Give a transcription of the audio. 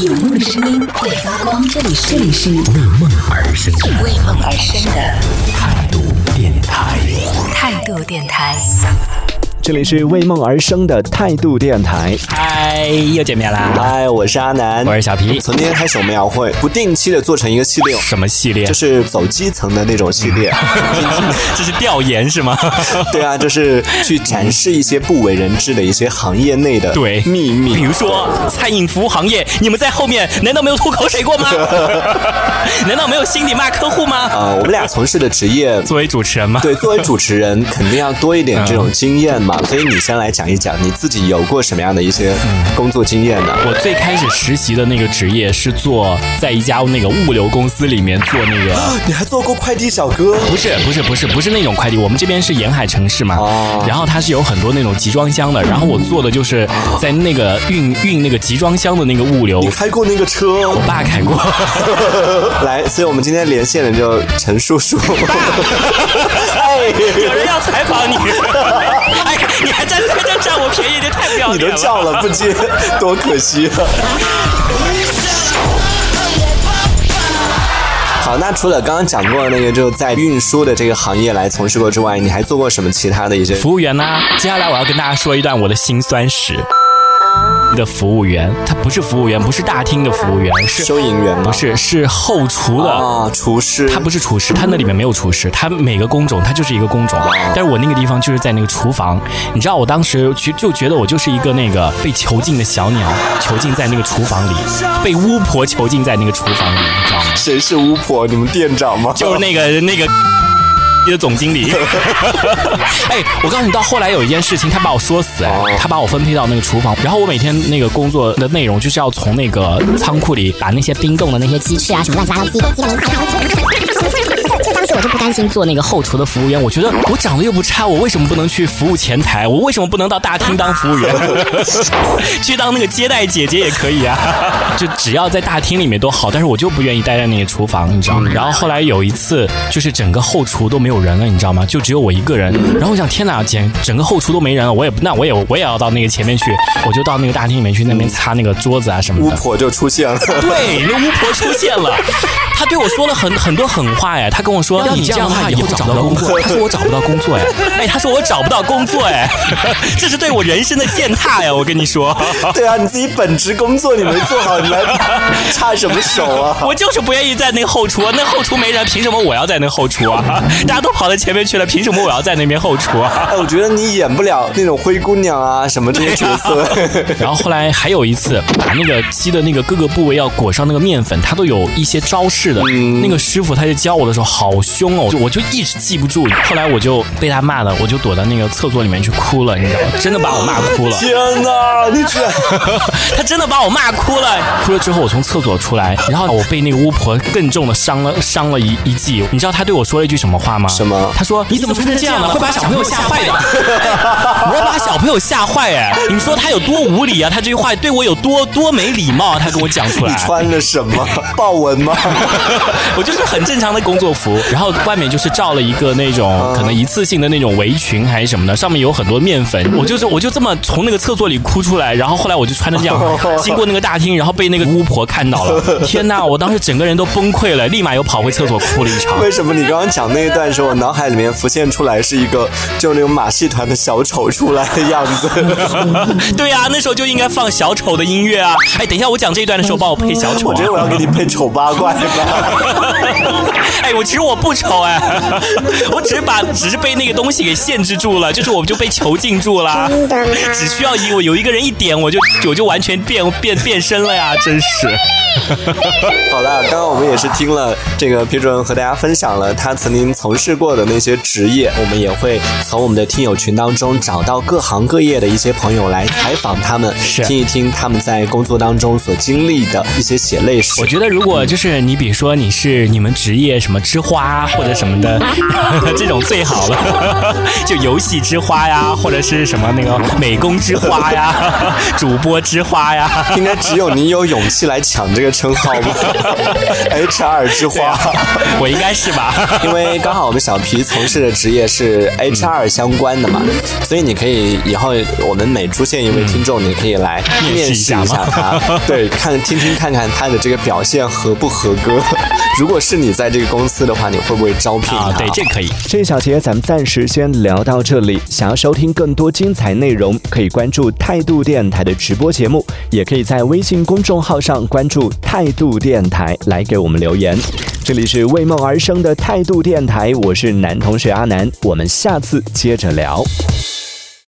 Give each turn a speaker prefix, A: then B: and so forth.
A: 有梦的声音会发光，这里是这里是
B: 为梦而生，
A: 为梦而生的
B: 态度电台。
A: 态度电台。
C: 这里是为梦而生的态度电台。
D: 嗨，哎又见面啦！
C: 嗨，我是阿南，
D: 我是小皮
C: 从今天开始，我们要会不定期的做成一个系列，
D: 什么系列？
C: 就
D: 这是
C: 是走基层的那种系列。
D: 这是调研是吗？
C: 对啊，就是去展示一些不为人知的一些行业内的
D: 对，
C: 秘密。
D: 比如说餐饮服务行业，你们在后面难道没有吐口水过 吗？难道没有心里骂客户吗？
C: 呃，我们俩从事的职业。
D: 作为主持人嘛，
C: 对，作为主持人，肯定要多一点这种经验
D: 嗯
C: 嘛，所以你先来讲一讲你自己有过什么样的一些工作经验呢？
D: 我最开始实习的那个职业是做在一家那个物流公司里面做那个。
C: 啊 你还做过快递小哥？
D: 不是不是不是不是那种快递，我们这边是沿海城市嘛，
C: 哦
D: 然后它是有很多那种集装箱的，然后我做的就是在那个运运那个集装箱的那个物流，
C: 你
D: 我
C: 开过那个车？
D: 爸开 过，
C: 来，所以我们今天连线的就陈叔叔。哎，
D: 有人要采访你，哎，你还占在这占我便宜，这太不要
C: 你
D: 脸
C: 都
D: 了。
C: 叫了不接，多可惜啊！好，那除了刚刚讲过的那个，就在运输的这个行业来从事过之外，你还做过什么其他的一些？
D: 服务员呢、接下来我要跟大家说一段我的辛酸史。的服务员，他不是服务员，不是大厅的服务员，是
C: 收银员吗
D: 不是是后厨的。
C: 啊，厨师，
D: 他不是厨师，他那里面没有厨师，他每个工种他就是一个工种。
C: 哦
D: 但是我那个地方就是在那个厨房，你知道我当时去就觉得我就是一个那个被囚禁的小鸟，囚禁在那个厨房里，被巫婆囚禁在那个厨房里，你知道吗？
C: 谁是巫婆？你们店长吗？
D: 就是那个那个的总经理。 哎，我告诉你，到后来有一件事情，他把我说死，哎
C: 哦
D: 他把我分配到那个厨房，然后我每天那个工作的内容就是要从那个仓库里把那些冰冻的那些鸡翅啊什么乱七八糟的鸡鸡蛋这当时我就不甘心做那个后厨的服务员，我觉得我长得又不差，我为什么不能去服务前台？我为什么不能到大厅当服务员？ 去当那个接待姐姐也可以啊，就只要在大厅里面都好，但是我就不愿意待在那个厨房，你知道吗？然后后来有一次，就是整个后厨都没有人了，你知道吗？就只有我一个人。然后我想，天哪，简整个后厨都没人了，我也不那我也我也要到那个前面去，我就到那个大厅里面去，那边擦那个桌子啊什 么
C: 巫
D: 的。
C: 婆就出 现了。
D: 对，那巫婆出现 了，她对我说了很很多狠话哎，她跟我说，要你这样的话以后找不到工作，她说我找不到工作哎，哎，她说我找不到工作哎， 这是对我人生的践踏呀，我跟你 说，
C: 对啊，你自己本职工作你没做好，你来插什么手啊？
D: 我就是不愿意在那个后厨，啊那后厨没人，凭什么我要在那后厨啊？ 大家都跑到前面去了，凭什么我要在那边后厨啊？
C: 哎，我觉得你演不了那种灰姑娘啊什么这些角色。
D: 然后后来还有一次，把那个鸡的那个各个部位要裹上那个面粉，它都有一些招式的。那个师傅他就教我的时候好凶哦，就我就一直记不住。后来我就被他骂了，我就躲到那个厕所里面去哭了，你知道吗？真的把我骂哭了。
C: 天哪，你居然！
D: 他真的把我骂哭了。哭了之后，我从厕所出来，然后我被那个巫婆更重的伤了，伤了一一记。你知道他对我说了一句什么话吗？
C: 什么
D: 他说：“你怎么穿成这样呢？会把小朋友吓坏的。我把小朋友吓坏哎！你说他有多无理啊？他这句话对我有多多没礼貌啊？他跟我讲出来
C: 你。穿了什么豹纹吗？
D: 我就是很正常的工作服，然后外面就是罩了一个那
C: 嗯
D: 种可能一次性的那种围裙还是什么的，上面有很多面粉。我就是我就这么从那个厕所里哭出来，然后后来我就穿着这样 经过那个大厅，然后被那个巫婆看到了。天呐，我当时整个人都崩溃了，立马又跑回厕所哭了一 场。
C: 为什么你刚刚讲那一段时候，我脑海里面浮现出来是一个就那种马戏团的小丑出来的样子？
D: 对呀、那时候就应该放小丑的音乐啊！哎，等一下，我讲这一段的时候帮我配小丑、
C: 我
D: 啊
C: 觉。得我要给你配丑八怪吧。
D: 哎，我其实我不丑哎， 我只是把只是被那个东西给限制住了，就是我们就被囚禁住了，只需要有有一个人一点，我就我就完全变变变身了呀，真是。
C: 好了，刚刚我们也是听了这个皮主任和大家分享了他曾经从事过的那些职业，我们也会从我们的听友群当中找到各行各业的一些朋友来采访他们，
D: 是
C: 听一听他们在工作当中所经历的一些血泪史
D: 我。觉得如果就是你，比如说你是你们职业什么之花或者什么的， 这种最好了，就游戏之花呀， 或者是什么那个美工之花呀，主播之花呀。
C: 应该只有你有有勇气来抢这个称号 吗？HR 之花。
D: 我应该是吧？
C: 因为刚好我们小皮从事的职业是 HR 相关的嘛，所以你可以以后我们每出现一位听众，你可以来
D: 嗯面
C: 面
D: 试
C: 试
D: 一
C: 一
D: 下
C: 下
D: 吗
C: 他，对，看听听看看他的这个表现合不合格。 如果是你在这个公司的话，你会不会招聘
D: 啊，
C: 他
D: 对，这可以。
C: 这一小节咱们暂时先聊到这里。想要收听更多精彩内容，可以关注态度电台的直播节目，也可以在微信公众号上关注态度电台来给我们留言。这里是为梦而生的态度电台，我是男同学阿南，我们下次接着聊。